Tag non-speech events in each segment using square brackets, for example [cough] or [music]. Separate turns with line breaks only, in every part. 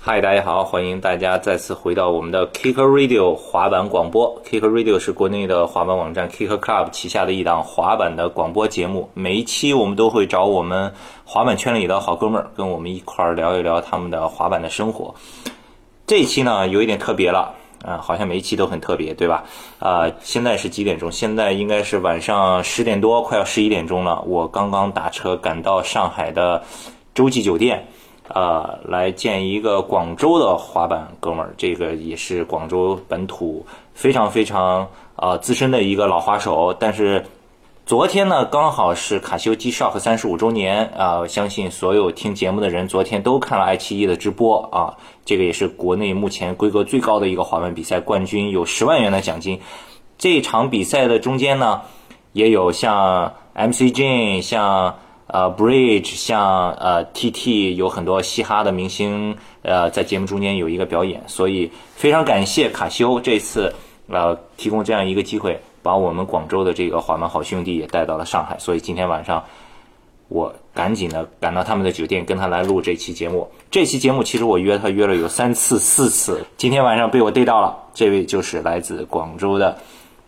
嗨，大家好，欢迎大家再次回到我们的 Kicker Radio 滑板广播。Kicker Radio 是国内的滑板网站 Kicker Club 旗下的一档滑板的广播节目。每一期我们都会找我们滑板圈里的好哥们儿，跟我们一块儿聊一聊他们的滑板的生活。这一期呢，有一点特别了。啊、好像每一期都很特别，对吧？啊、现在是几点钟？现在应该是晚上十点多，快要十一点钟了。我刚刚打车赶到上海的洲际酒店，啊，来见一个广州的滑板哥们儿，这个也是广州本土非常非常啊、资深的一个老滑手，但是昨天呢，刚好是卡西欧 G Shock 三十五周年啊、我相信所有听节目的人昨天都看了爱奇艺的直播啊。这个也是国内目前规格最高的一个滑板比赛，冠军有十万元的奖金。这场比赛的中间呢，也有像 MC Jin、像呃 Bridge、像呃 TT，有很多嘻哈的明星呃在节目中间有一个表演，所以非常感谢卡西欧这次呃提供这样一个机会，把我们广州的这个滑板好兄弟也带到了上海，所以今天晚上。我赶紧的赶到他们的酒店，跟他来录这期节目。这期节目其实我约他约了有三次、四次，今天晚上被我逮到了。这位就是来自广州的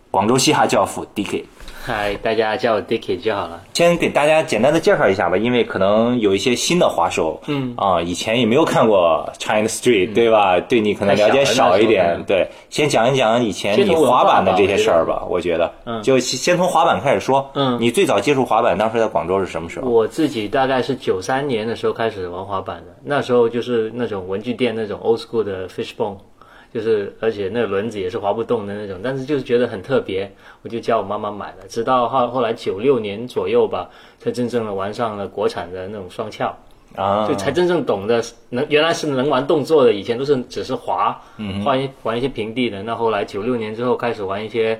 广州嘻哈教父 DK。
嗨，大家叫我 Dicky 就好了。
先给大家简单的介绍一下吧，因为可能有一些新的滑手，嗯啊、以前也没有看过 China Street，、对吧？对你可能了解少一
嗯太小了那时
点
候。
对，先讲一讲以前
街
你
头文化
滑板的
吧
这
我
些
觉
事
得
儿吧，我觉得，嗯，就先先从滑板开始说。
嗯
你最早接触滑板，当时在广州是什么时候？
我自己大概是九三年的时候开始玩滑板的，那时候就是那种文具店那种 old school 的 fishbone，就是而且那轮子也是滑不动的那种，但是就是觉得很特别，我就叫我妈妈买了。直到后后来九六年左右吧，才真正的玩上了国产的那种双翘，
啊，
就才真正懂得能原来是能玩动作的，以前都是只是滑，
嗯
玩一玩一些平地的。那后来九六年之后开始玩一些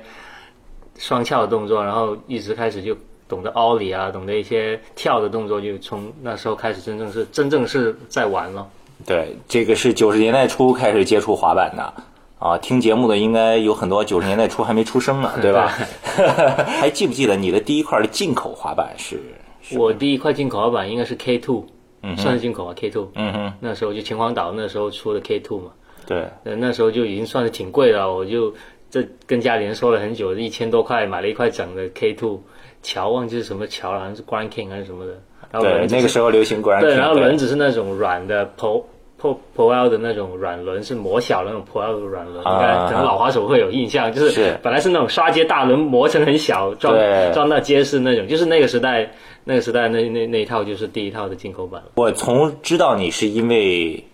双翘的动作，然后一直开始就懂得奥里啊，懂得一些跳的动作，就从那时候开始真正是真正是在玩了。
对，这个是九十年代初开始接触滑板的。啊，听节目的应该有很多九十年代初还没出生
[laughs]
呢，对吧？ [laughs] 还记不记得你的第一块进口滑板是？
我第一块进口滑板应该是 K two，、算是进口吧啊 K two，、
嗯哼，
那时候就秦皇岛那时候出的 K two 嘛，
对，
那那时候就已经算是挺贵了，我就这跟家里人说了很久，一千多块买了一块整的 K two 桥，忘记是什么桥了，好像是 Grand King 还是什么的。然后
对
轮，子
那个时候流行果然
对，
挺
然后
对
轮子是那种软的 Pro Pro Pro L 的那种软轮，是磨小的那种 Pro L 的软轮，
啊
应该可能老滑手会有印象，就是是本来是那种刷街大轮磨成很小，装
对
装到街市那种，就是那个时代那个时代那那那一套就是第一套的进口版了。
我从知道你是因为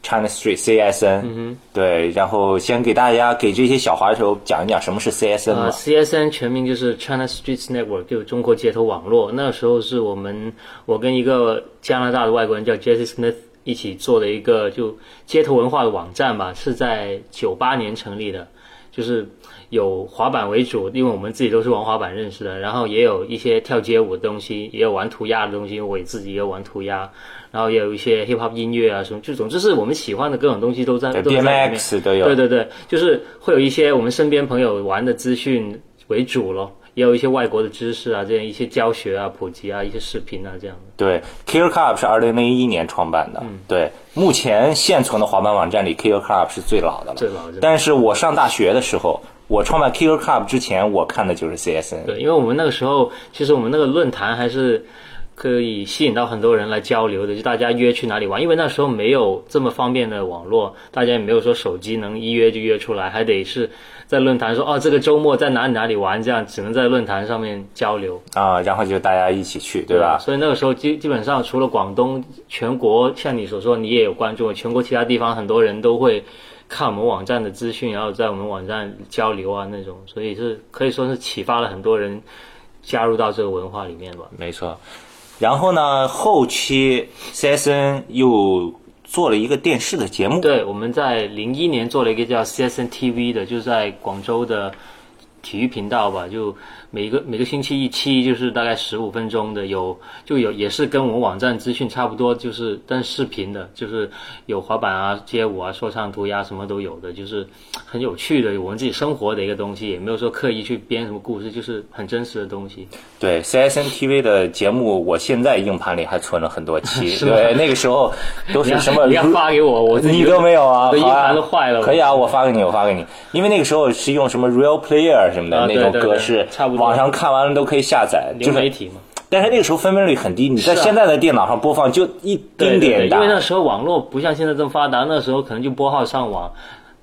China Street CSN，、对，然后先给大家给这些小滑手讲一讲什么是 CSN 吧。
呃，CSN 全名就是 China Streets Network，就是中国街头网络。那时候是我们，我跟一个加拿大的外国人叫 Jesse Smith 一起做的一个就街头文化的网站吧，是在九八年成立的，就是有滑板为主，因为我们自己都是玩滑板认识的，然后也有一些跳街舞的东西，也有玩涂鸦的东西，因为我也自己也有玩涂鸦，然后也有一些 hip hop 音乐啊什么，就总之是我们喜欢的各种东西都在
对
都在里面。
，BMX 都有，
对对对，就是会有一些我们身边朋友玩的资讯为主咯，也有一些外国的知识啊，这样一些教学啊、普及啊、一些视频啊这样的。
对，Kill Club 是二零零一年创办的，对，目前现存的滑板网站里，Kill Club 是最老的了。
最老的
但是我上大学的时候，我创办 Kill Club 之前，我看的就是 CSN。
对，因为我们那个时候，其实我们那个论坛还是可以吸引到很多人来交流的，就大家约去哪里玩，因为那时候没有这么方便的网络，大家也没有说手机能一约就约出来，还得是在论坛说哦，这个周末在哪里哪里玩，这样只能在论坛上面交流。
啊、然后就大家一起去，对吧？
所以那个时候基基本上除了广东，全国像你所说，你也有关注，全国其他地方很多人都会看我们网站的资讯，然后在我们网站交流啊那种，所以是可以说是启发了很多人加入到这个文化里面吧。
没错。然后呢，后期 CSN 又做了一个电视的节目，
对，我们在零一年做了一个叫 CSN TV 的，就是在广州的体育频道吧，就每个每个星期一期就是大概十五分钟的，有就有也是跟我们网站资讯差不多，就是但是视频的，就是有滑板啊、街舞啊、说唱、涂鸦什么都有的，就是很有趣的，我们自己生活的一个东西，也没有说刻意去编什么故事，就是很真实的东西。
对 CSN TV 的节目，我现在硬盘里还存了很多
[laughs]
期，对，那个时候都
你
是
要
什么？
[laughs] 你要发给我，我自己
你都没有啊？
我的硬
好啊
盘都坏了。
可以啊，我发给你，我发给你。因为那个时候是用什么 Real Player 什么的、
啊对
那种
对
格
对
式，
差不多
网上看完了都可以下载，
流
就是
媒体嘛。
但是那个时候分辨率很低，你在
是啊
现在的电脑上播放就一丁
对对
点
对，因为那
大。
时候网络不像现在这么发达，那时候可能就拨号上网，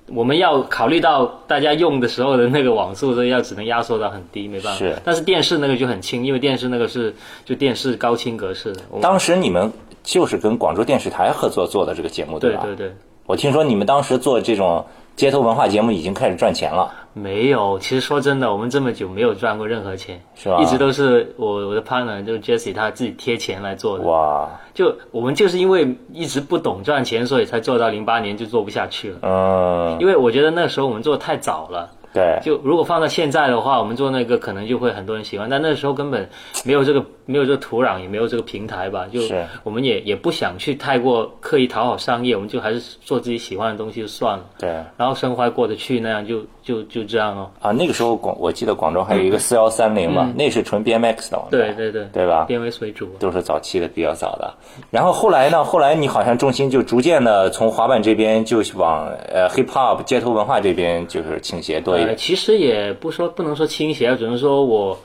我们要考虑到大家用的时候的那个网速，所以要只能压缩到很低，没办法。
是
但是电视那个就很轻，因为电视那个是就电视高清格式的。我
当时你们就是跟广州电视台合作做的这个节目，
对
吧？
对对，
我听说你们当时做这种街头文化节目已经开始赚钱了，
没有。其实说真的，我们这么久没有赚过任何钱，
是吧
一直都是我我的 partner 就是 Jesse 他自己贴钱来做的。
哇，
就我们就是因为一直不懂赚钱，所以才做到零八年就做不下去了。
嗯，
因为我觉得那时候我们做的太早了。
对，
[laughs] 就如果放到现在的话，我们做那个可能就会很多人喜欢，但那时候根本没有这个 [coughs] 没有这个土壤，也没有这个平台吧，就是我们也也不想去太过刻意讨好商业，我们就还是做自己喜欢的东西就算了，
对
然后生活还过得去那样就就就这样哦。
啊，那个时候广我记得广州还有一个四幺三零嘛，那是纯 BMX 的网站，
嗯对对对，啊
对吧？
变为水煮，
都是早期的比较早的。然后后来呢，后来你好像重心就逐渐的从滑板这边就往呃 hip hop 街头文化这边就是倾斜多一点。
呃，其实也不说不能说倾斜，只能说我。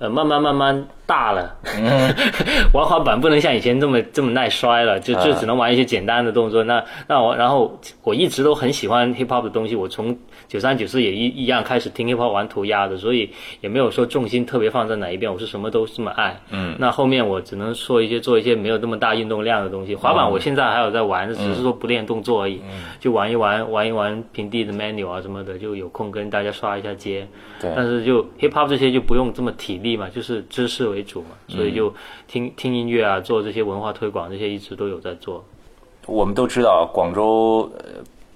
呃，慢慢慢慢大了， [laughs] 玩滑板不能像以前这么这么耐摔了，就就只能玩一些简单的动作。那那我然后我一直都很喜欢 hip hop 的东西，我从九三九四也一一样开始听 hip hop 玩涂鸦的，所以也没有说重心特别放在哪一边，我是什么都这么爱。嗯，那后面我只能说一些做一些没有那么大运动量的东西。滑板我现在还有在玩，只是说不练动作而已，就玩一玩玩一玩平地的 menu 啊什么的，就有空跟大家刷一下街。
对
但是就 hip hop 这些就不用这么体力嘛，就是知识为主嘛，所以就听、听音乐啊，做这些文化推广，这些一直都有在做。
我们都知道广州呃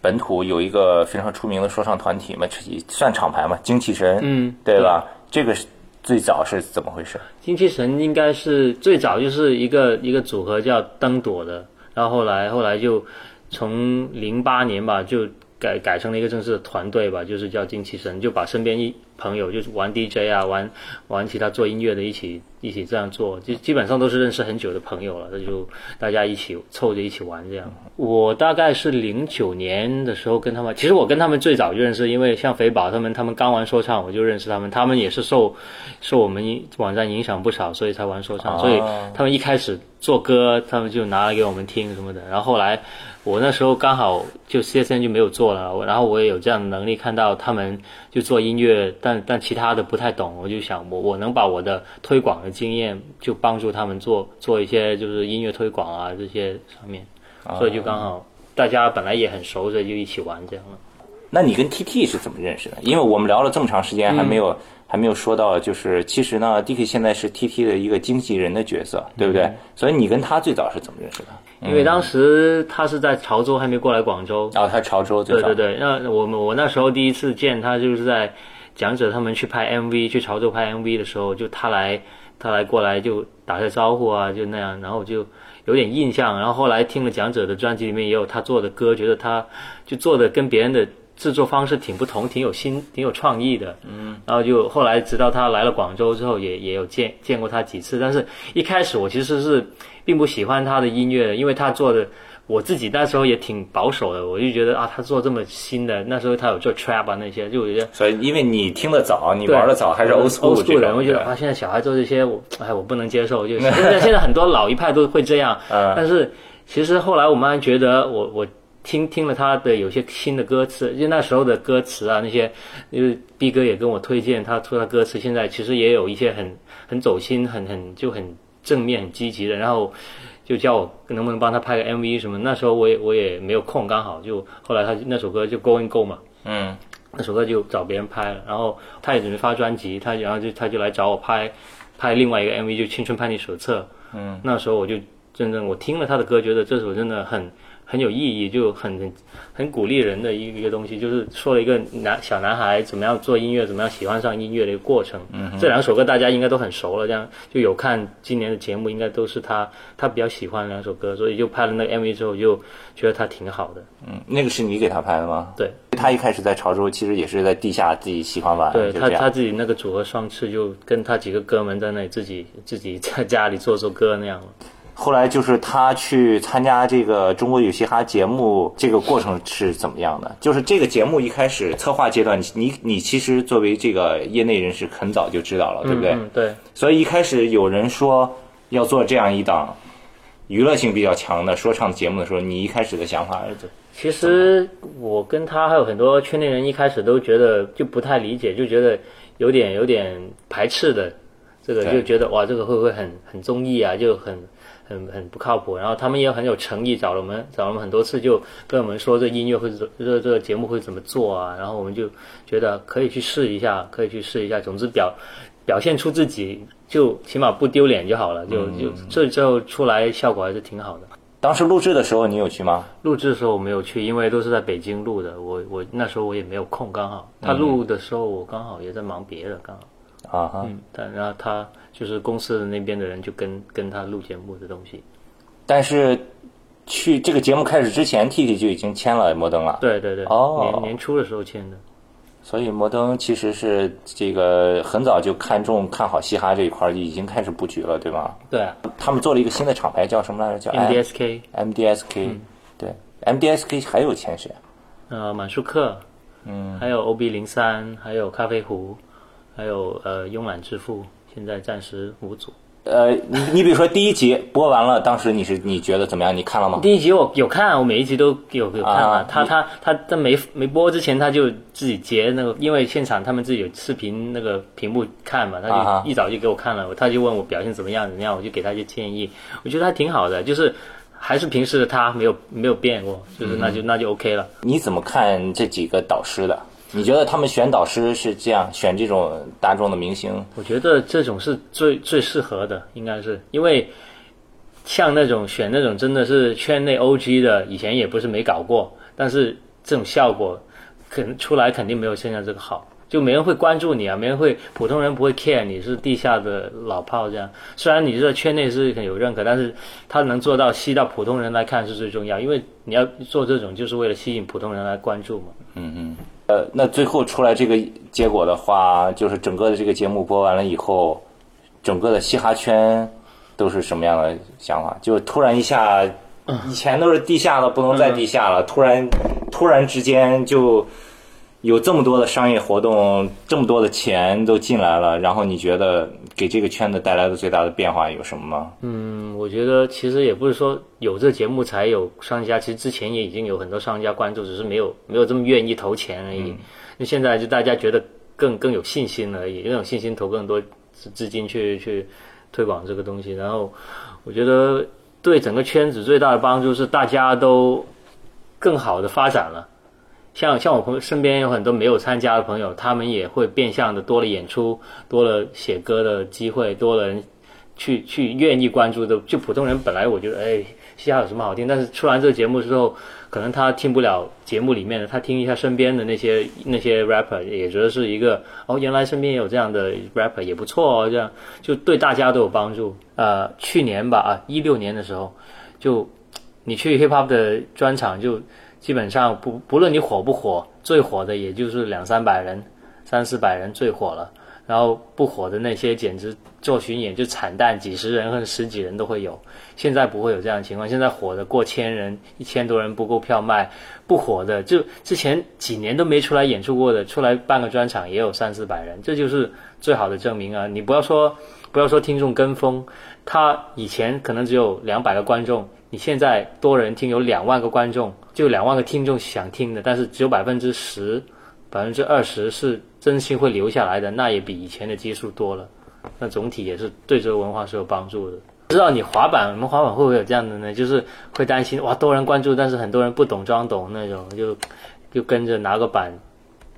本土有一个非常出名的说唱团体嘛，这算厂牌嘛，精气神，
嗯
对吧？这个是最早是怎么回事？
精气神应该是最早就是一个一个组合叫灯朵的，然后后来后来就从零八年吧就改改成了一个正式的团队吧，就是叫精气神，就把身边一朋友就是玩 DJ 啊，玩玩其他做音乐的一起一起这样做，就基本上都是认识很久的朋友了，那就大家一起凑着一起玩这样。我大概是零九年的时候跟他们，其实我跟他们最早就认识，因为像肥宝他们，他们刚玩说唱我就认识他们，他们也是受受我们影网站影响不少，所以才玩说唱，所以他们一开始做歌，他们就拿来给我们听什么的，然后后来。我那时候刚好就 CSN 就没有做了，我然后我也有这样的能力，看到他们就做音乐，但但其他的不太懂，我就想我我能把我的推广的经验就帮助他们做做一些就是音乐推广啊这些上面，所以就刚好大家本来也很熟，所以就一起玩这样了。
那你跟 TT 是怎么认识的？因为我们聊了这么长时
嗯
间，还没有、还没有说到，就是其实呢，DK 现在是 TT 的一个经纪人的角色，
嗯
对不对？所以你跟他最早是怎么认识的？
因为当时他是在潮州，还没过来广州，
然后哦他潮州最
对
早，
对对，那我们我那时候第一次见他，就是在讲者他们去拍 MV，去潮州拍 MV 的时候，就他来他来过来就打下招呼啊，就那样，然后我就有点印象。然后后来听了讲者的专辑里面也有他做的歌，觉得他就做的跟别人的制作方式挺不同，挺有新，挺有创意的。嗯，然后就后来直到他来了广州之后也，也有见见过他几次，但是一开始我其实是并不喜欢他的音乐的，因为他做的。我自己那时候也挺保守的，我就觉得啊，他做这么新的，那时候他有做 trap 啊那些，就我觉得
所以因为你听得早，你
对
玩的早，还是
我
old
school
school 这
人，我
种
觉得
对吧。
啊，现在小孩做这些，我哎，我不能
[laughs]
接受。就是现在现在很多老一派都会这样，
嗯
但是其实后来我慢慢觉得我，我听听了他的有些新的歌词，就那时候的歌词啊，那些因为逼哥也跟我推荐他出的歌词，现在其实也有一些很很走心、很很就很正面、很积极的，然后。就叫我能不能帮他拍个 MV 什么？那时候我也我也没有空，刚好就后来他那首歌就 Go and Go 嘛，
嗯，
那首歌就找别人拍了，然后他也准备发专辑，他然后就他就来找我拍，拍另外一个 MV 就《青春叛逆手册》。嗯，那时候我就真正我听了他的歌，觉得这首真的很很有意义，就很很很鼓励人的一个一个东西，就是说了一个男小男孩怎么样做音乐，怎么样喜欢上音乐的一个过程。嗯，这两首歌大家应该都很熟了，这样就有看今年的节目，应该都是他他比较喜欢的两首歌，所以就拍了那个 MV 之后，就觉得他挺好的。
嗯，那个是你给他拍的吗？
对，
他一开始在潮州，其实也是在地下自己喜欢玩，
对
啊就
他
这
他
样。
自己那个组合上次就跟他几个哥们在那里自己自己在家里做做歌那样了。
后来就是他去参加这个《中国有嘻哈》节目，这个过程是怎么样的？就是这个节目一开始策划阶段，你你你其实作为这个业内人士，很早就知道了，对不对？
嗯，对。
所以一开始有人说要做这样一档娱乐性比较强的说唱节目的时候，你一开始的想法是怎么？
其实我跟他还有很多圈内人一开始都觉得就不太理解，就觉得有点有点排斥的，这个
对
就觉得哇，这个会不会很很综艺啊，就很很很不靠谱。然后他们也很有诚意，找了我们找了我们很多次，就跟我们说这音乐会怎这这个节目会怎么做啊，然后我们就觉得可以去试一下，可以去试一下。总之表表现出自己，就起码不丢脸就好了，就就这最后出来效果还是挺好的。
当时录制的时候你有去吗？
录制的时候我没有去，因为都是在北京录的，我我那时候我也没有空，刚好他录的时候我刚好也在忙别的，刚好，
啊哈。
嗯，但然后他就是公司的那边的人就跟跟他录节目的东西，
但是去这个节目开始之前，T T 就已经签了摩登了。
对对对，
哦
年年初的时候签的，
所以摩登其实是这个很早就看中看好嘻哈这一块儿，已经开始布局了，对吗？
对啊
他们做了一个新的厂牌，叫什么来着？叫
，MDSK，
M D S K，对，M D S K 还有钱谁啊？
呃，满舒克，嗯，还有 OB 零三，还有咖啡壶，还有呃慵懒致富，现在暂时无组。
呃，你你比如说第一集播完了，当时你是你觉得怎么样？你看了吗？
第一集我有看，我每一集都有有看
啊
啊。他他他在没没播之前，他就自己截那个，因为现场他们自己有视频那个屏幕看嘛，
啊
他
哈
就一早就给我看了，他就问我表现怎么样怎么样，我就给他一些建议。我觉得还挺好的，就是还是平时的他没有没有变过，就是那就
嗯
那就 OK 了。
你怎么看这几个导师的？你觉得他们选导师是这样选这种大众的明星？
我觉得这种是最最适合的，应该是因为像那种选那种真的是圈内 OG 的，以前也不是没搞过，但是这种效果可能出来肯定没有现在这个好，就没人会关注你啊，没人会，普通人不会 care 你是地下的老炮这样。虽然你这个圈内是很有认可，但是他能做到吸到普通人来看是最重要，因为你要做这种就是为了吸引普通人来关注嘛。
呃，那最后出来这个结果的话，就是整个的这个节目播完了以后，整个的嘻哈圈都是什么样的想法？就突然一下，以前都是地下的，不能再地下了，突然突然之间就有这么多的商业活动，这么多的钱都进来了，然后你觉得给这个圈子带来的最大的变化有什么吗？
嗯，我觉得其实也不是说有这节目才有商家，其实之前也已经有很多商家关注，只是没有没有这么愿意投钱而已。那、现在就大家觉得更更有信心而已，更有信心投更多资资金去去推广这个东西。然后我觉得对整个圈子最大的帮助是大家都更好的发展了。像像我朋友身边有很多没有参加的朋友，他们也会变相的多了演出，多了写歌的机会，多了人去去愿意关注的。就普通人本来我觉得哎，嘻哈有什么好听？但是出完这个节目之后，可能他听不了节目里面的，他听一下身边的那些那些 rapper，也觉得是一个哦，原来身边也有这样的 rapper 也不错哦，这样就对大家都有帮助。呃，去年吧啊，一六年的时候，就你去 hip hop 的专场就。基本上不不论你火不火，最火的也就是两三百人、三四百人最火了，然后不火的那些简直做巡演就惨淡，几十人或者十几人都会有。现在不会有这样的情况，现在火的过千人，一千多人不够票卖，不火的就之前几年都没出来演出过的，出来办个专场也有三四百人，这就是最好的证明啊！你不要说不要说听众跟风，他以前可能只有两百个观众，你现在多人听有两万个观众，就两万个听众想听的，但是只有百分之十、百分之二十是真心会留下来的，那也比以前的基数多了。那总体也是对这个文化是有帮助的。不知道你滑板，我们滑板会不会有这样的呢？就是会担心哇，多人关注，但是很多人不懂装懂那种，就就跟着拿个板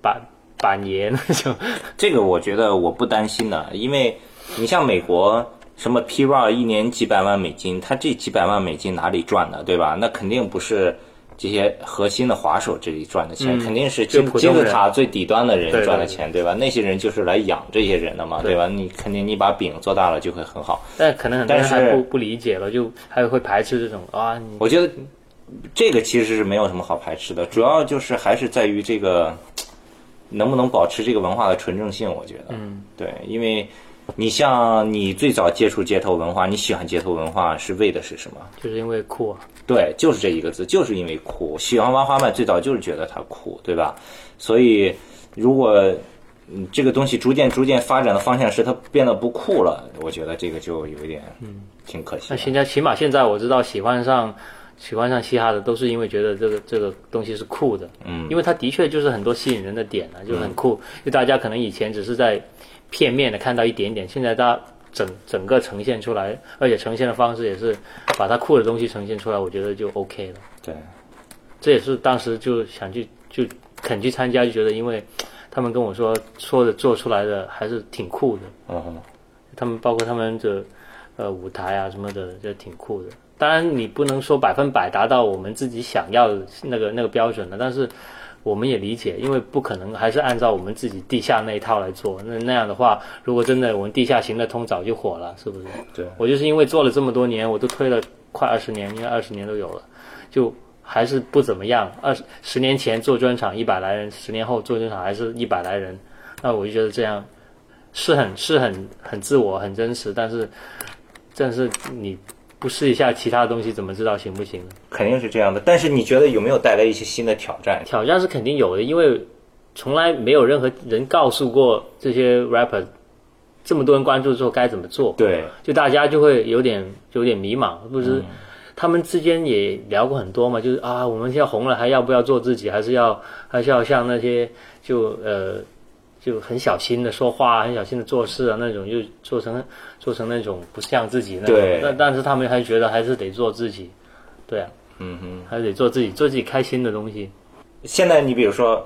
板板爷那种。 [laughs]
这个我觉得我不担心的，因为你像美国，什么 P r 一年几百万美金，他这几百万美金哪里赚的，对吧？那肯定不是这些核心的滑手这里赚的钱，
嗯
肯定是
就
金
普
金
通
字
人
塔最底端的人
对对
赚的
对
钱，对吧？那些人就是来养这些人的嘛，对吧？你肯定你把饼做大了就会很好。
但可能很多人
但是
还不不理解了，就还会排斥这种啊，你
我觉得这个其实是没有什么好排斥的，主要就是还是在于这个能不能保持这个文化的纯正性。我觉得，嗯，对，因为你像你最早接触街头文化，你喜欢街头文化是为的是什么？
就是因为酷啊，
对，就是这一个字，就是因为酷。喜欢玩滑板最早就是觉得它酷，对吧？所以如果嗯这个东西逐渐逐渐发展的方向是它变得不酷了，我觉得这个就有一点嗯挺可惜
那
的。
现在起码现在我知道喜欢上喜欢上嘻哈的都是因为觉得这个这个东西是酷的，嗯，因为它的确就是很多吸引人的点啊，就很酷。就大家可能以前只是在片面的看到一点点，现在它整整个呈现出来，而且呈现的方式也是把它酷的东西呈现出来，我觉得就 OK 了。
对。
这也是当时就想去就肯去参加，就觉得因为他们跟我说说的做出来的还是挺酷的，
嗯哼，
他们包括他们的呃舞台啊什么的，就挺酷的。当然，你不能说百分百达到我们自己想要的那个那个标准的，但是我们也理解，因为不可能还是按照我们自己地下那一套来做。那那样的话，如果真的我们地下行得通，早就火了，是不是？
对
我就是因为做了这么多年，我都推了快二十年，应该二十年都有了，就还是不怎么样。二十十年前做专场一百来人，十年后做专场还是一百来人，那我就觉得这样是很是很很自我、很真实，但是但是你不试一下其他东西，怎么知道行不行呢？
肯定是这样的。但是你觉得有没有带来一些新的挑战？
挑战是肯定有的，因为从来没有任何人告诉过这些 rapper 这么多人关注之后该怎么做。
对，
就大家就会有点就有点迷茫，不知、
嗯
他们之间也聊过很多嘛，就是啊，我们现在红了，还要不要做自己，还是要还是要像那些就呃就很小心的说话，很小心的做事啊那种，就做成做成那种不像自己那种
对。
但但是他们还觉得还是得做自己，对啊，
嗯哼。
还是得做自己，做自己开心的东西。
现在你比如说，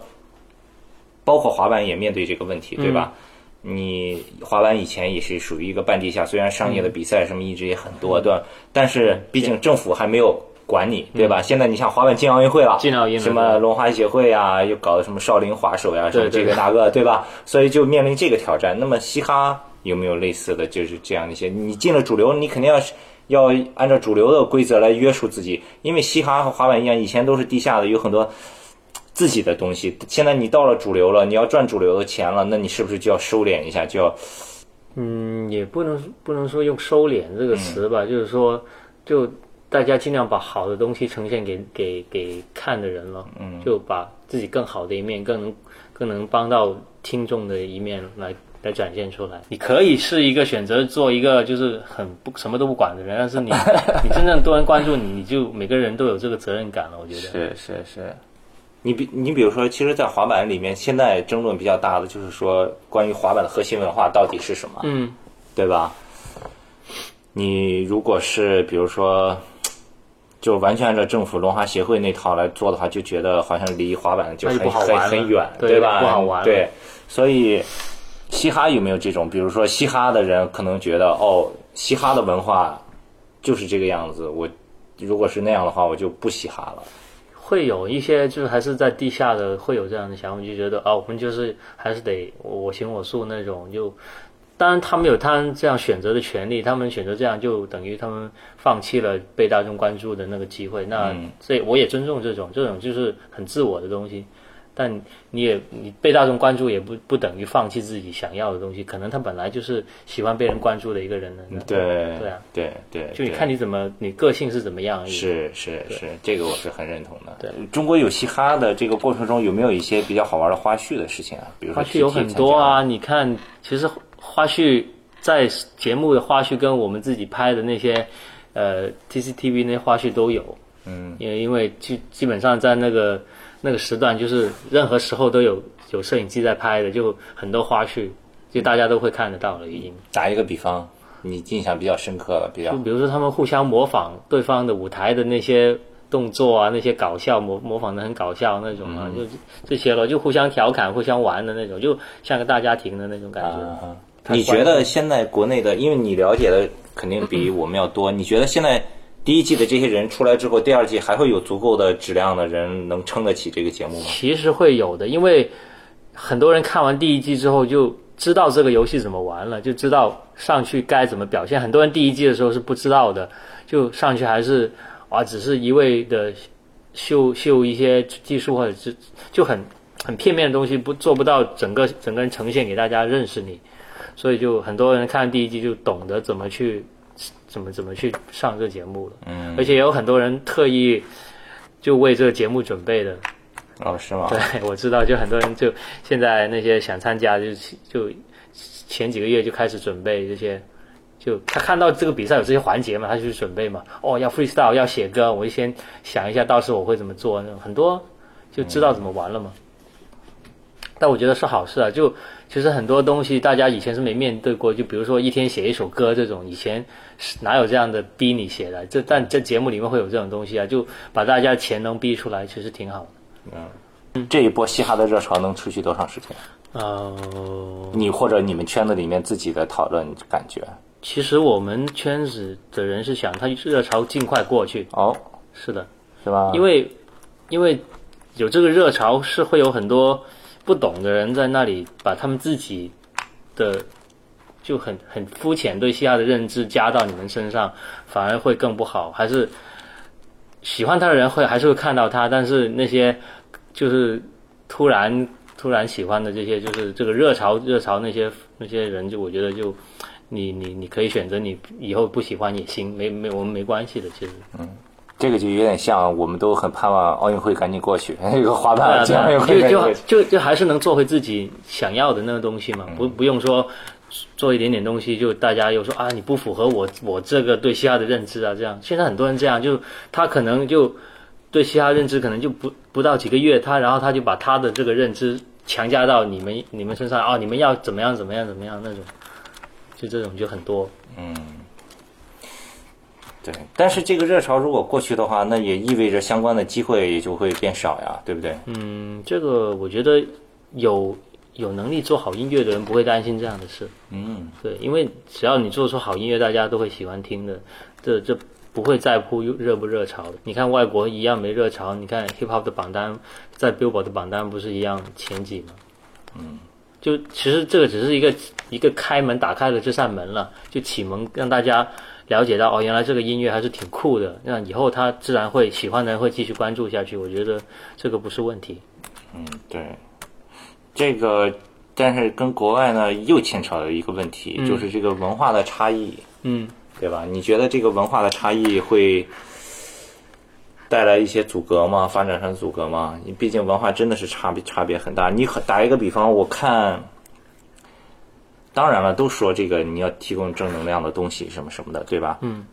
包括滑板也面对这个问题，对吧？
嗯
你滑板以前也是属于一个半地下，虽然商业的比赛什么一直也很多，
嗯
对吧，但是毕竟政府还没有管你，对吧？现在你像滑板进奥运会了，
进奥运了
什么龙滑协会啊，又搞的什么少林滑手呀、什么
对
这
对
个那个，对吧？所以就面临这个挑战。那么嘻哈有没有类似的就是这样的一些？你进了主流，你肯定要是要按照主流的规则来约束自己，因为嘻哈和滑板一样，以前都是地下的，有很多自己的东西。现在你到了主流了，你要赚主流的钱了，那你是不是就要收敛一下？就要
嗯，也不能不能说用“收敛”这个词吧，就是说，就大家尽量把好的东西呈现给给给看的人了，嗯，就把自己更好的一面，更能更能帮到听众的一面来来展现出来。你可以是一个选择做一个就是很不什么都不管的人，但 [laughs] 是你你真正多人关注你，你就每个人都有这个责任感了。我觉得
是是是。你比你比如说，其实，在滑板里面，现在争论比较大的就是说，关于滑板的核心文化到底是什么？
嗯，
对吧？你如果是比如说，就完全按照政府轮滑协会那套来做的话，就觉得好像离滑板就
那
很
就不好
很
玩了
很远，
对
吧？
不好玩了
对，所以嘻哈有没有这种？比如说嘻哈的人可能觉得，哦，嘻哈的文化就是这个样子，我。如果是那样的话，我就不嘻哈了。
会有一些就是还是在地下的会有这样的想法，就觉得啊，我们就是还是得我行我素那种。就当然他们有他们这样选择的权利，他们选择这样就等于他们放弃了被大众关注的那个机会。那这我也尊重这种，这种就是很自我的东西。但你也你被大众关注也不不等于放弃自己想要的东西，可能他本来就是喜欢被人关注的一个人呢。
嗯对
对啊
对对，
就你
对
看你怎么你个性是怎么样而已。
是是是，这个我是很认同的。对，中国有嘻哈的这个过程中，有没有一些比较好玩的花絮的事情啊？比如说
花絮有
TT 参
很多
加，
啊，你看，其实花絮在节目的花絮跟我们自己拍的那些，呃，TCTV 那些花絮都有。嗯，因为因为基基本上在那个那个时段，就是任何时候都有有摄影机在拍的，就很多花絮，就大家都会看得到了已经。
打一个比方，你印象比较深刻的，比较
就比如说他们互相模仿对方的舞台的那些动作啊，那些搞笑模模仿的很搞笑那种
嗯
啊，就这些咯，就互相调侃、互相玩的那
啊
种，就像个大家庭的那种感觉。
啊，你觉得现在国内的，因为你了解的肯定比我们要多。你觉得现在第一季的这些人出来之后，第二季还会有足够的质量的人能撑得起这个节目吗？
其实会有的，因为很多人看完第一季之后就知道这个游戏怎么玩了，就知道上去该怎么表现。很多人第一季的时候是不知道的，就上去还是啊，只是一味的秀秀一些技术或者是就很很片面的东西，不做不到整个整个人呈现给大家认识你。所以就很多人看第一季就懂得怎么去怎么怎么去上这个节目了。嗯，而且也有很多人特意就为这个节目准备的。
哦，是吗？
对，我知道，就很多人就现在那些想参加就，就就前几个月就开始准备这些，就他看到这个比赛有这些环节嘛，他就去准备嘛。哦，要 freestyle，要写歌，我就先想一下，到时我会怎么做。那种很多就知道怎么玩了嘛。但我觉得是好事啊，就其实很多东西大家以前是没面对过，就比如说一天写一首歌这种，以前是哪有这样的逼你写的？这但这节目里面会有这种东西啊，就把大家潜能逼出来，其实挺好的。
这一波嘻哈的热潮能持续多长时间？
呃，
你或者你们圈子里面自己的讨论感觉？
其实我们圈子的人是想它热潮尽快过去，
哦，
是的，
是吧？
因为因为有这个热潮是会有很多不懂的人在那里把他们自己的就很很肤浅对嘻哈的认知加到你们身上，反而会更不好。还是喜欢他的人会还是会看到他，但是那些就是突然突然喜欢的这些，就是这个热潮热潮那些那些人，就我觉得就你你你可以选择你以后不喜欢也行，没没我们没关系的，其实。
这个就有点像，我们都很盼望奥运会赶紧过去， [laughs] 那个滑板
对
进奥运
啊
会
对
赶
啊
紧
就
过
就
去。
就就还是能做回自己想要的那个东西嘛，不不用说做一点点东西就大家又说啊你不符合我我这个对嘻哈的认知啊这样，现在很多人这样，就他可能就对嘻哈认知可能就不不到几个月，他然后他就把他的这个认知强加到你们你们身上啊，你们要怎么样怎么样怎么样那种，就这种就很多。
对，但是这个热潮如果过去的话，那也意味着相关的机会也就会变少呀，对不对？
嗯，这个我觉得有有能力做好音乐的人不会担心这样的事。
嗯，
对，因为只要你做出好音乐，大家都会喜欢听的，这这不会在乎热不热潮的。你看外国一样没热潮，你看 hip hop 的榜单在 Billboard 的榜单不是一样前几吗？嗯，就其实这个只是一个一个开门打开了这扇门了，就启蒙让大家了解到哦，原来这个音乐还是挺酷的。那以后他自然会喜欢的人会继续关注下去，我觉得这个不是问题。
对。这个，但是跟国外呢又牵扯了一个问题，就是这个文化的差异，
嗯，
对吧？你觉得这个文化的差异会带来一些阻隔吗？发展上的阻隔吗？你毕竟文化真的是差别差别很大。你很打一个比方，我看，当然了，都说这个你要提供正能量的东西什么什么的，对吧？嗯。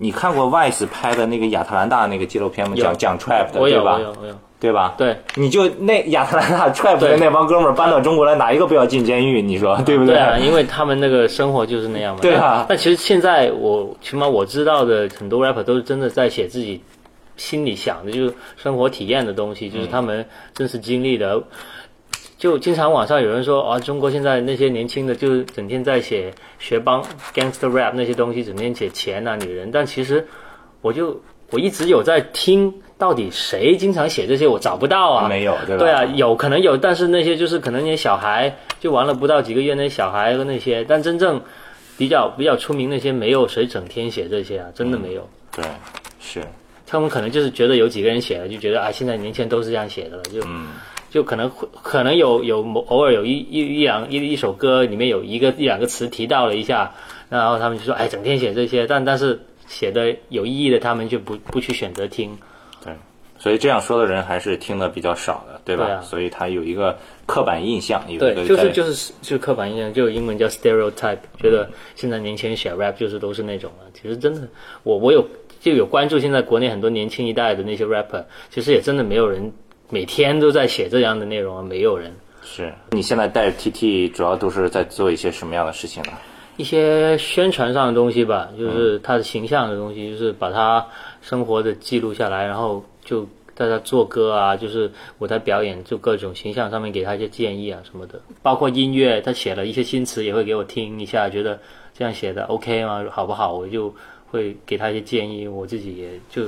你看过 Vice 拍的那个亚特兰大那个纪录片吗？
有
讲讲 trap 的，
我
对
有，
吧
我？有，我有，
对吧？
对。
你就那亚特兰大 trap 的
对
那帮哥们儿搬到中国来，哪一个不要进监狱？你说对不对？
啊，因为他们那个生活就是那样嘛。
对啊
但但其实现在我起码我知道的很多 rapper 都是真的在写自己心里想的，就是生活体验的东西，
嗯
就是他们真实经历的。就经常网上有人说啊，中国现在那些年轻的就是整天在写学帮 gangster rap 那些东西，整天写钱啊、女人。但其实我就我一直有在听，到底谁经常写这些，我找不到啊。
没有，对吧？
对啊，有可能有，但是那些就是可能那些小孩就玩了不到几个月，那些小孩和那些，但真正比较比较出名那些，没有谁整天写这些啊，真的没有。
对，是。
他们可能就是觉得有几个人写了，就觉得啊，现在年轻人都是这样写的了，就、
嗯
就可能会可能有有某偶尔有一一一两一一首歌里面有一个一两个词提到了一下，然后他们就说哎，整天写这些，但但是写的有意义的，他们就不不去选择听。
对，所以这样说的人还是听的比较少的，对吧？
对啊
所以他有一个刻板印象，有一个
对，就是
在
就是就是刻板印象，就英文叫 stereotype，觉
嗯
得现在年轻人写 rap 就是都是那种了。其实真的，我我有就有关注现在国内很多年轻一代的那些 rapper，其实也真的没有人每天都在写这样的内容啊，没有人。
是你现在带 TT 主要都是在做一些什么样的事情呢？
一些宣传上的东西吧，就是他的形象的东西，就是把他生活的记录下来，然后就带他做歌啊，就是舞台表演，就各种形象上面给他一些建议啊什么的，包括音乐，他写了一些新词也会给我听一下，觉得这样写的 OK 吗？好不好？我就会给他一些建议。我自己也就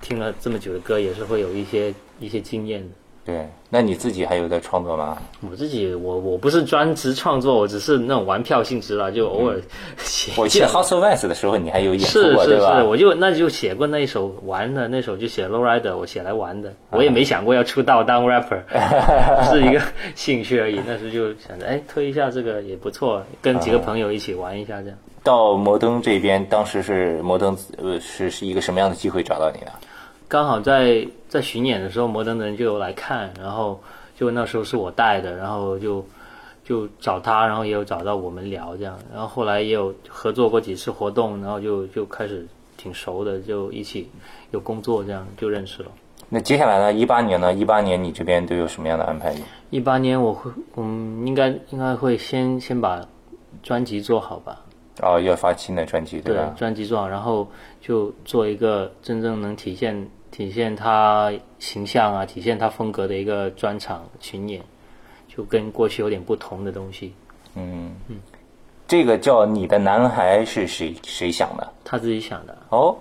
听了这么久的歌，也是会有一些一些经验的。
对，那你自己还有在创作吗？
我自己，我我不是专职创作，我只是那种玩票性质啦，就偶尔写一下。
我记得 House of Vans 的时候，你还有演出
是
过，
是
对吧？
是，我就那就写过那一首玩的，那首就写 Low Rider，我写来玩的，
啊
我也没想过要出道
[laughs]
当 rapper，是一个兴趣而已。那时就想着，哎，推一下这个也不错，跟几个
啊
朋友一起玩一下这样。
到摩登这边，当时是摩登呃是是一个什么样的机会找到你的？
刚好在在巡演的时候，摩登的人就有来看，然后就那时候是我带的，然后就就找他，然后也有找到我们聊这样，然后后来也有合作过几次活动，然后就就开始挺熟的，就一起有工作这样就认识了。
那接下来呢？一八年呢？一八年你这边都有什么样的安排？
一八年我会，嗯，应该应该会先先把专辑做好吧，
哦，要发新的专辑对啊吧？
专辑做好，然后就做一个真正能体现体现他形象啊、体现他风格的一个专场巡演，就跟过去有点不同的东西。
嗯嗯，这个叫你的男孩是谁谁想的？
他自己想的，
哦，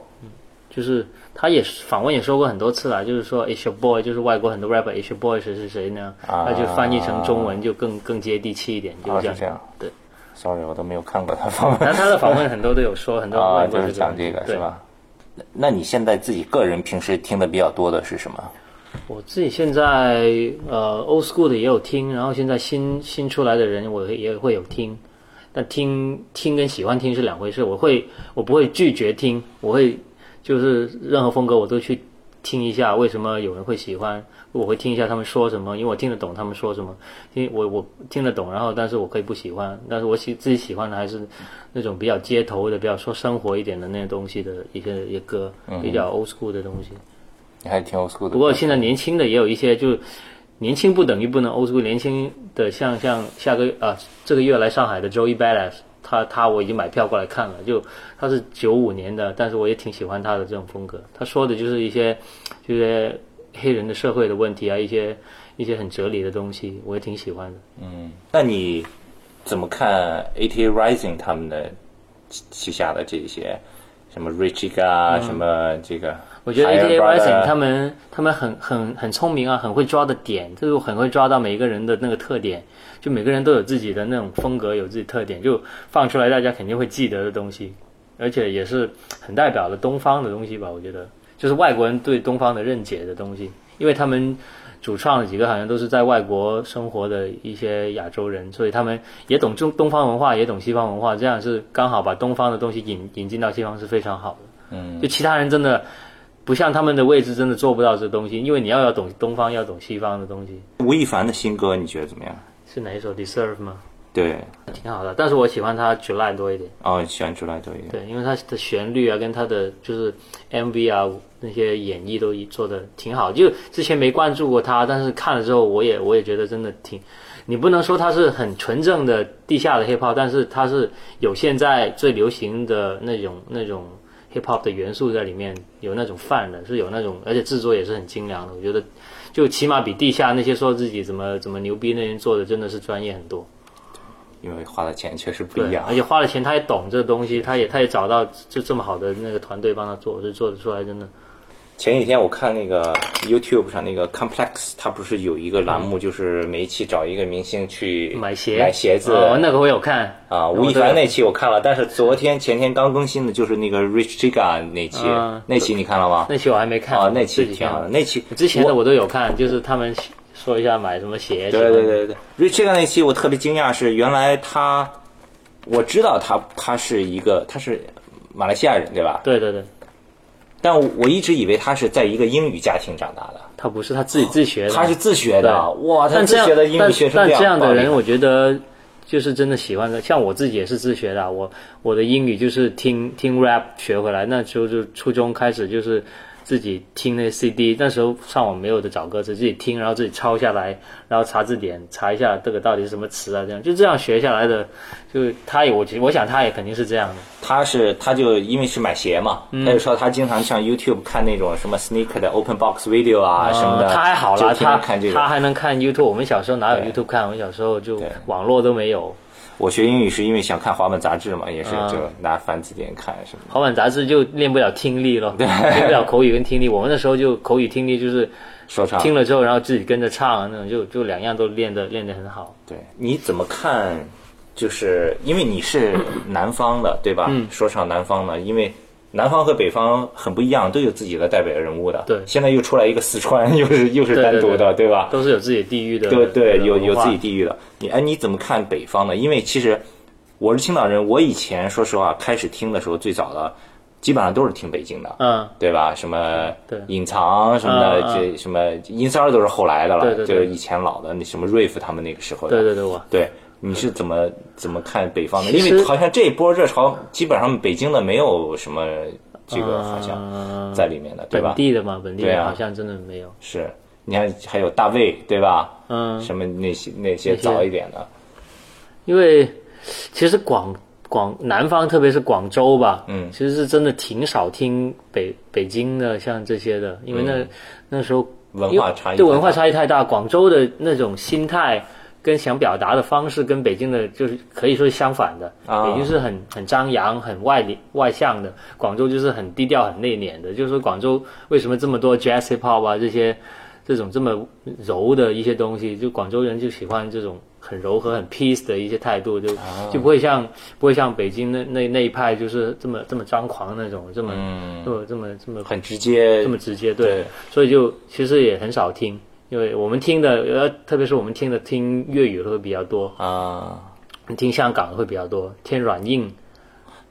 就是他也访问也说过很多次了，就是说 It's your boy，就是外国很多 rapper It's your boy 谁谁谁呢？
啊
那就翻译成中文就更更接地气一点，就
哦
这样。
是这样
对，
，sorry，我都没有看过他访问 [laughs]
然后他的访问很多都有说很多
啊，
外国
就
的
是讲这个
个东西
是？吧？那那你现在自己个人平时听的比较多的是什么？
我自己现在呃，old school 的也有听，然后现在新新出来的人我也会有听，但听听跟喜欢听是两回事。我会我不会拒绝听，我会就是任何风格我都去听一下，为什么有人会喜欢，我会听一下他们说什么，因为我听得懂他们说什么，因为我我听得懂，然后但是我可以不喜欢，但是我喜自己喜欢的还是那种比较街头的、比较说生活一点的那些东西的一些一些歌，比较 old school 的东西。
你还挺 old school 的。
不过现在年轻的也有一些，就年轻不等于不能 old school。年轻的像像下个啊、这个月来上海的 Joey Badass，他他我已经买票过来看了，就他是九五年的，但是我也挺喜欢他的这种风格。他说的就是一些就是黑人的社会的问题啊，一些一些很哲理的东西，我也挺喜欢的。
嗯，那你怎么看 AT Rising 他们的旗旗下的这些什么 Richie 啊，什么这个？
我觉得
Higher
ATA Rising
Brother
他们他们很很很聪明啊，很会抓的点，就是很会抓到每一个人的那个特点，就每个人都有自己的那种风格，有自己特点，就放出来大家肯定会记得的东西，而且也是很代表了东方的东西吧，我觉得就是外国人对东方的认解的东西，因为他们。主创的几个好像都是在外国生活的一些亚洲人，所以他们也懂中东方文化，也懂西方文化，这样是刚好把东方的东西引引进到西方是非常好的。就其他人真的不像他们的位置，真的做不到这东西，因为你要要懂东方，要懂西方的东西。
吴亦凡的新歌你觉得怎么样？
是哪一首《Deserve》吗？
对，
挺好的，但是我喜欢他《July》多一点。
哦，喜欢出来多一点。
对，因为它的旋律啊，跟它的就是 MV 啊那些演绎都做的挺好。就之前没关注过他，但是看了之后，我也我也觉得真的挺，你不能说他是很纯正的地下的 hip hop，但是他是有现在最流行的那种那种 hip hop 的元素在里面，有那种范的，是有那种，而且制作也是很精良的。我觉得，就起码比地下那些说自己怎么怎么牛逼那人做的真的是专业很多。
因为花的钱确实不
对，
一样
而。且花了钱，他也懂这东西，他也他也找到就这么好的那个团队帮他做，就做得出来，真的。
前几天我看那个 YouTube 上那个 Complex，它不是有一个栏目，就是每一期找一个明星去
嗯买鞋，
买鞋子
哦，那个哦我有看
啊。
我
吴亦
都有
凡那期我看了，但是昨天前天刚更新的就是那个 Rich Giga 那期
啊，
那期你看了吗？
那期我还没看
啊，那期
自己
挺
看
好的，那期
之前的我都有看，就是他们说一下买什么鞋，
对对对对对，Rich 那期我特别惊讶，是原来他，我知道他他是一个他是马来西亚人对吧？
对对对，
但我一直以为他是在一个英语家庭长大的，
他不是他自己自学的，
他是自学的，
啊对
哇，他
但
自
这样
学的英语学成
但但这样的人，
哇
我觉得就是真的喜欢的。像我自己也是自学的啊，我我的英语就是听听 rap 学回来，那时候就初中开始就是自己听那些 CD，那时候上网没有的找歌词，自己听，然后自己抄下来，然后查字典查一下这个到底是什么词啊，这样就这样学下来的。就他也，我觉我想他也肯定是这样的。
他是他就因为是买鞋嘛，
嗯
他就说他经常上 YouTube 看那种什么 sneaker 的 open box video 啊什么的，
他还好
就
啦，
天天
他
看这个
他。还能看 YouTube。我们小时候哪有
对
YouTube 看？我们小时候就
对
网络都没有。
我学英语是因为想看滑板杂志嘛，也
啊
是就拿繁字典看什么的。
滑板杂志就练不了听力了，练不了口语跟听力。我们那时候就口语听力就是
说唱
听了之后，然后自己跟着唱那种，就就两样都练的练得很好。
对，你怎么看？就是因为你是南方的，对吧？
嗯
说唱南方的，因为南方和北方很不一样，都有自己的代表人物的。
对
现在又出来一个四川， [laughs] 又是又是单独的，对吧？
都是有自己地域的，
对对，
的
有
文
有
化
自己地域的。你哎，你怎么看北方的？因为其实我是青岛人，我以前说实话，开始听的时候最早的，基本上都是听北京的。
嗯，
对吧？什么
对
隐藏什么的，
嗯嗯
这什么音三儿都是后来的了，
对对对
就是以前老的那什么瑞夫他们那个时候的。
对对对，我
对，你是怎么怎么看北方的？
其
因
实
为好像这一波热潮，基本上北京的没有什么这个呃好像
嗯
在里面的，对
本
吧？
地的嘛，本地
对
的
啊
好像真的没有，
是，你看还有大卫，对吧？
嗯，
什么那些那些
那些
早一点的，
因为其实广广南方，特别是广州吧，
嗯
其实是真的挺少听北北京的像这些的，因为
嗯
那、那时候
文化差异
对文化
太大
差异太大，广州的那种心态。跟想表达的方式跟北京的，就是可以说是相反的。
啊
北京是很很张扬、很外敛外向的，广州就是很低调、很内敛的。就是说，广州为什么这么多 jazz、hip hop 啊这些这种这么柔的一些东西，就广州人就喜欢这种很柔和、很 peace 的一些态度，就
啊
就不会像不会像北京那那那一派就是这么这么张狂那种，这么、
嗯
这么这么这么
很直接
这。么直接，
对
对，所以就其实也很少听。因为我们听的，呃，特别是我们听的听粤语会比较多，
啊，
听香港的会比较多，听软硬，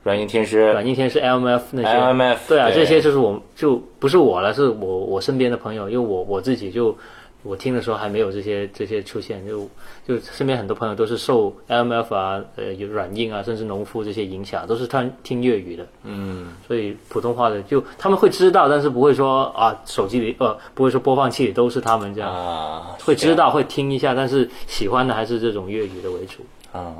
软硬天师
软硬天是 LMF 那些
LMF
对啊，
对
这些就是我就不是我了，是我我身边的朋友，因为我我自己就我听的时候还没有这些这些出现，就就身边很多朋友都是受 LMF 啊，呃，有软硬啊，甚至农夫这些影响，都是他听粤语的，嗯，所以普通话的就他们会知道，但是不会说啊，手机里呃不会说播放器里都是他们这样，
啊，
会知
道。
道会听一下，但是喜欢的还是这种粤语的为主。
嗯，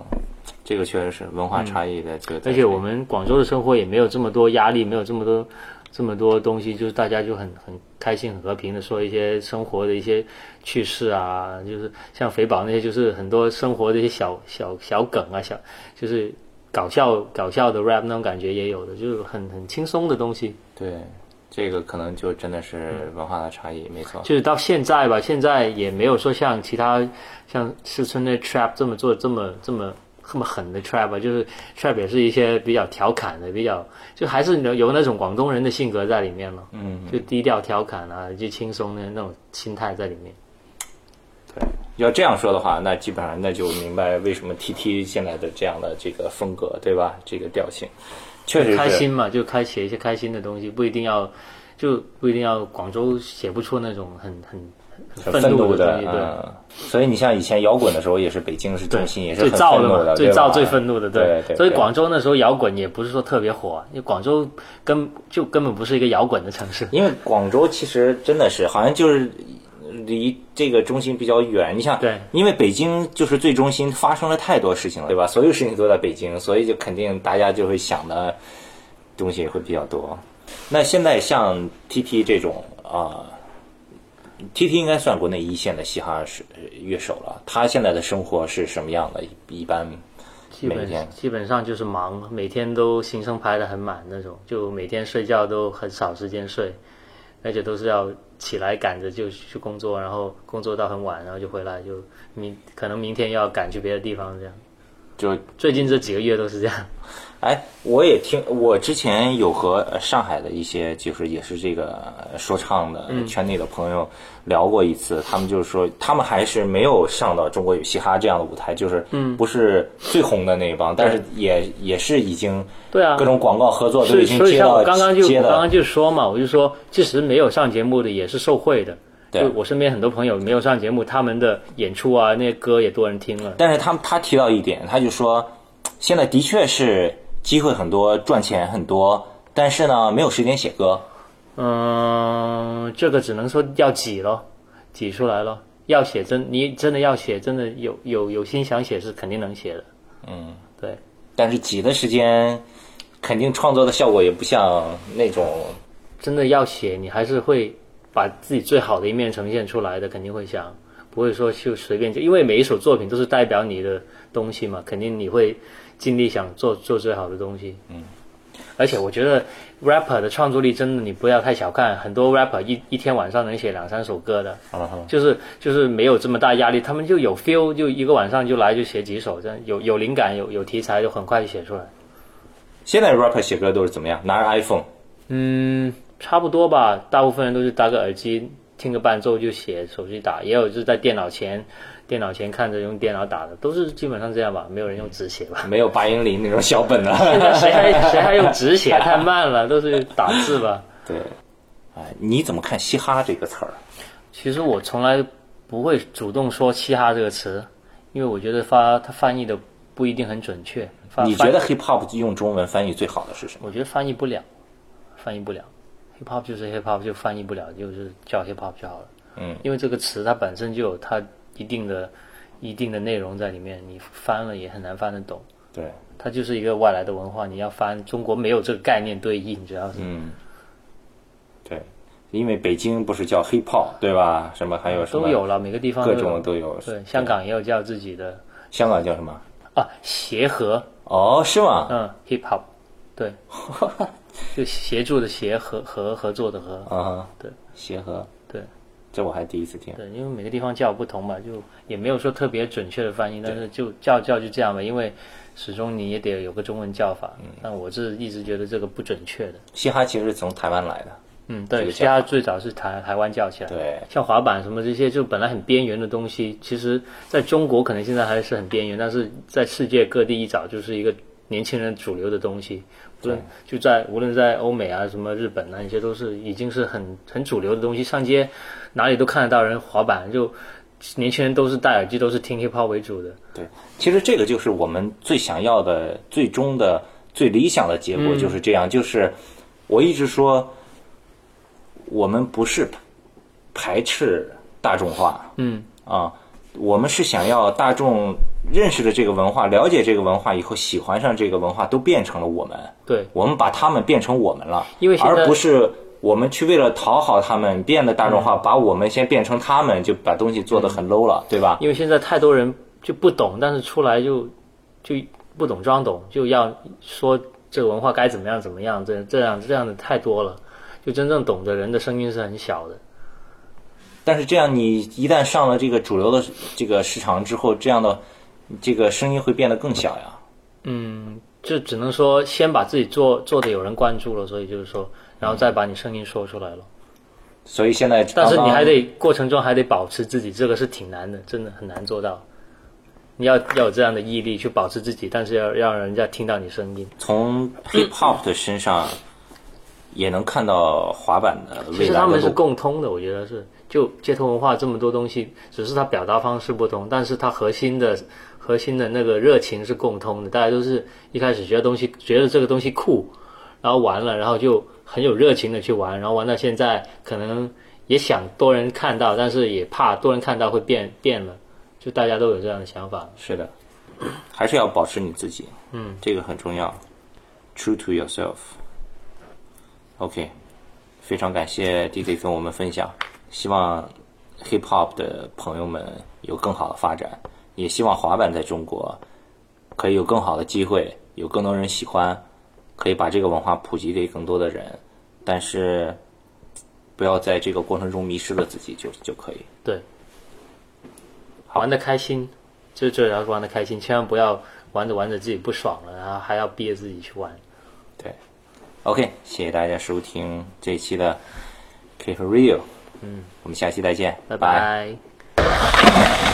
这个确实是文化差异的这个在这
嗯而
里。
且我们广州的生活也没有这么多压力，没有这么多这么多东西，就是大家就很很开心、很和平的说一些生活的一些趣事啊，就是像肥宝那些，就是很多生活的一些小小小梗啊，小就是搞笑搞笑的 rap 那种感觉也有的，就是很很轻松的东西。
对这个可能就真的
嗯
是文化的差异，没错。
就是到现在吧，现在也没有说像其他像四川的 trap 这么做这么这么这么狠的 trap 吧，就是 trap 也是一些比较调侃的，比较就还是有有那种广东人的性格在里面嘛，
嗯，
就低调调侃啊，就轻松的那种心态在里面。
对，要这样说的话，那基本上那就明白为什么 TT 现在的这样的这个风格，对吧？这个调性，确实是
开心嘛，就开写一些开心的东西，不一定要就不一定要广州写不出那种很很
很
很
愤
愤怒
的
东西，，对。
嗯。所以你像以前摇滚的时候，也是北京是中心，也是
最
很愤
燥
怒
嘛，最
对吧
燥最愤怒的，
对对。
所以
对
广州那时候摇滚也不是说特别火，因为广州根就根本不是一个摇滚的城市。
因为广州其实真的是好像就是离这个中心比较远。你想，
对
因为北京就是最中心，发生了太多事情了，对吧？所有事情都在北京，所以就肯定大家就会想的东西会比较多。那现在像 TT 这种啊、t t 应该算国内一线的嘻哈是呃乐手了。他现在的生活是什么样的？一般
基
每
本
天
基本上就是忙，每天都行程排得很满那种，就每天睡觉都很少时间睡，而且都是要起来赶着就去工作，然后工作到很晚，然后就回来，就明可能明天又要赶去别的地方这样。
就
最近这几个月都是这样。
哎，我也听，我之前有和呃上海的一些，就是也是这个呃说唱的
嗯
圈内的朋友聊过一次，他们就是说，他们还是没有上到中国有嘻哈这样的舞台，就是
嗯
不是最红的那一帮，但是也也是已经
对啊
各种广告合作都
所以
已经
所以
接
像
到
我刚刚就
接
我刚
的
刚就说嘛，我就说，即使没有上节目的也是受惠的。
对
就我身边很多朋友没有上节目，他们的演出啊，那些歌也多人听了。
但是他们他提到一点，他就说，现在的确是机会很多，赚钱很多，但是呢，没有时间写歌。
嗯，这个只能说要挤咯，挤出来咯。要写真，你真的要写，真的有有有心想写是肯定能写的。嗯，对。
但是挤的时间，肯定创作的效果也不像那种
真的要写，你还是会把自己最好的一面呈现出来的，肯定会想。不会说就随便，因为每一首作品都是代表你的东西嘛，肯定你会尽力想做做最好的东西。
嗯，
而且我觉得 rapper 的创作力真的你不要太小看，很多 rapper 一一天晚上能写两三首歌的，
嗯哼，
就是就是没有这么大压力，他们就有 feel，就一个晚上就来就写几首，这样有有灵感有有题材就很快就写出来。
现在 rapper 写歌都是怎么样？拿着 iPhone，
嗯，差不多吧。大部分人都是搭个耳机听个伴奏就写，手机打，也有就是在电脑前，电脑前看着用电脑打的，都是基本上这样吧。没有人用纸写吧？ [laughs]
没有八英里那种小本的。
现在谁还谁还用纸写？太慢了，都是打字吧。
[laughs] 对，哎，你怎么看“嘻哈”这个词儿？
其实我从来不会主动说“嘻哈”这个词，因为我觉得发它翻译的不一定很准确。发
你
翻
觉得 hip hop 用中文翻译最好的是什么？
我觉得翻译不了，翻译不了。hip hop 就是 hip hop，就翻译不了，就是叫 hip hop 就好了。
嗯，
因为这个词它本身就有它一定的、一定的内容在里面，你翻了也很难翻得懂。
对，
它就是一个外来的文化，你要翻中国没有这个概念对应，主要是、
嗯，对，因为北京不是叫 hip hop 对吧？什么还有什么
都有了，每个地方都
各
有
种都有。
对，香港也有叫自己的
香港叫什么？
啊协和，
哦，是吗？
嗯，hip hop，对，
[laughs]
就协助的协和和合作的和，
啊，
对，
协和，
对。
这我还第一次听。
对，因为每个地方叫不同嘛，就也没有说特别准确的翻译，但是就叫叫就这样吧，因为始终你也得有个中文叫
嗯
法。但我是一直觉得这个不准确的。
嘻哈其实是从台湾来的，
嗯，
这
对，
个
其他最早是台台湾叫起来的。
对，
像滑板什么这些，就本来很边缘的东西，其实在中国可能现在还是很边缘，但是在世界各地一早就是一个年轻人主流的东西。无论就在无论在欧美啊、什么日本啊，那些都是已经是很很主流的东西，上街哪里都看得到人滑板，就年轻人都是戴耳机，都是听 hip hop 为主的。
对，其实这个就是我们最想要的、最终的、最理想的结
嗯
果就是这样。就是我一直说，我们不是排斥大众化
嗯，
啊，我们是想要大众认识了这个文化、了解这个文化以后，喜欢上这个文化，都变成了我们。
对，
我们把他们变成我们了，
因为现在
而不是我们去为了讨好他们变得大众
嗯
化，把我们先变成他们，就把东西做得很 low 了，对吧？
因为现在太多人就不懂，但是出来就就不懂装懂，就要说这个文化该怎么样怎么样，这这样这样的太多了。就真正懂的人的声音是很小的，
但是这样，你一旦上了这个主流的这个市场之后，这样的这个声音会变得更小呀。
就只能说先把自己做做的有人关注了，所以就是说，然后再把你声音说出来了。
所以现在
但
刚刚，
是你还得过程中还得保持自己，这个是挺难的，真的很难做到。你要要有这样的毅力去保持自己，但是要让人家听到你声音。
从 hip hop 的身上也能看到滑板的
其
未
实
来
他
的
们是
路。
共通的，我觉得是。就街头文化这么多东西，只是它表达方式不同，但是它核心的核心的那个热情是共通的。大家都是一开始学东西，觉得这个东西酷，然后玩了，然后就很有热情的去玩，然后玩到现在，可能也想多人看到，但是也怕多人看到会变变了，就大家都有这样的想法。
是的，还是要保持你自己，嗯，这个很重要。True to yourself。OK，非常感谢 DJ 跟我们分享，希望 hip hop 的朋友们有更好的发展，也希望滑板在中国可以有更好的机会，有更多人喜欢，可以把这个文化普及给更多的人，但是不要在这个过程中迷失了自己就就可以。
对，玩的开心，最最主要是玩的开心，千万不要玩着玩着自己不爽了，然后还要逼着自己去玩。
对，OK，谢谢大家收听这一期的 Keep Real，嗯，我们下期再见，
拜拜。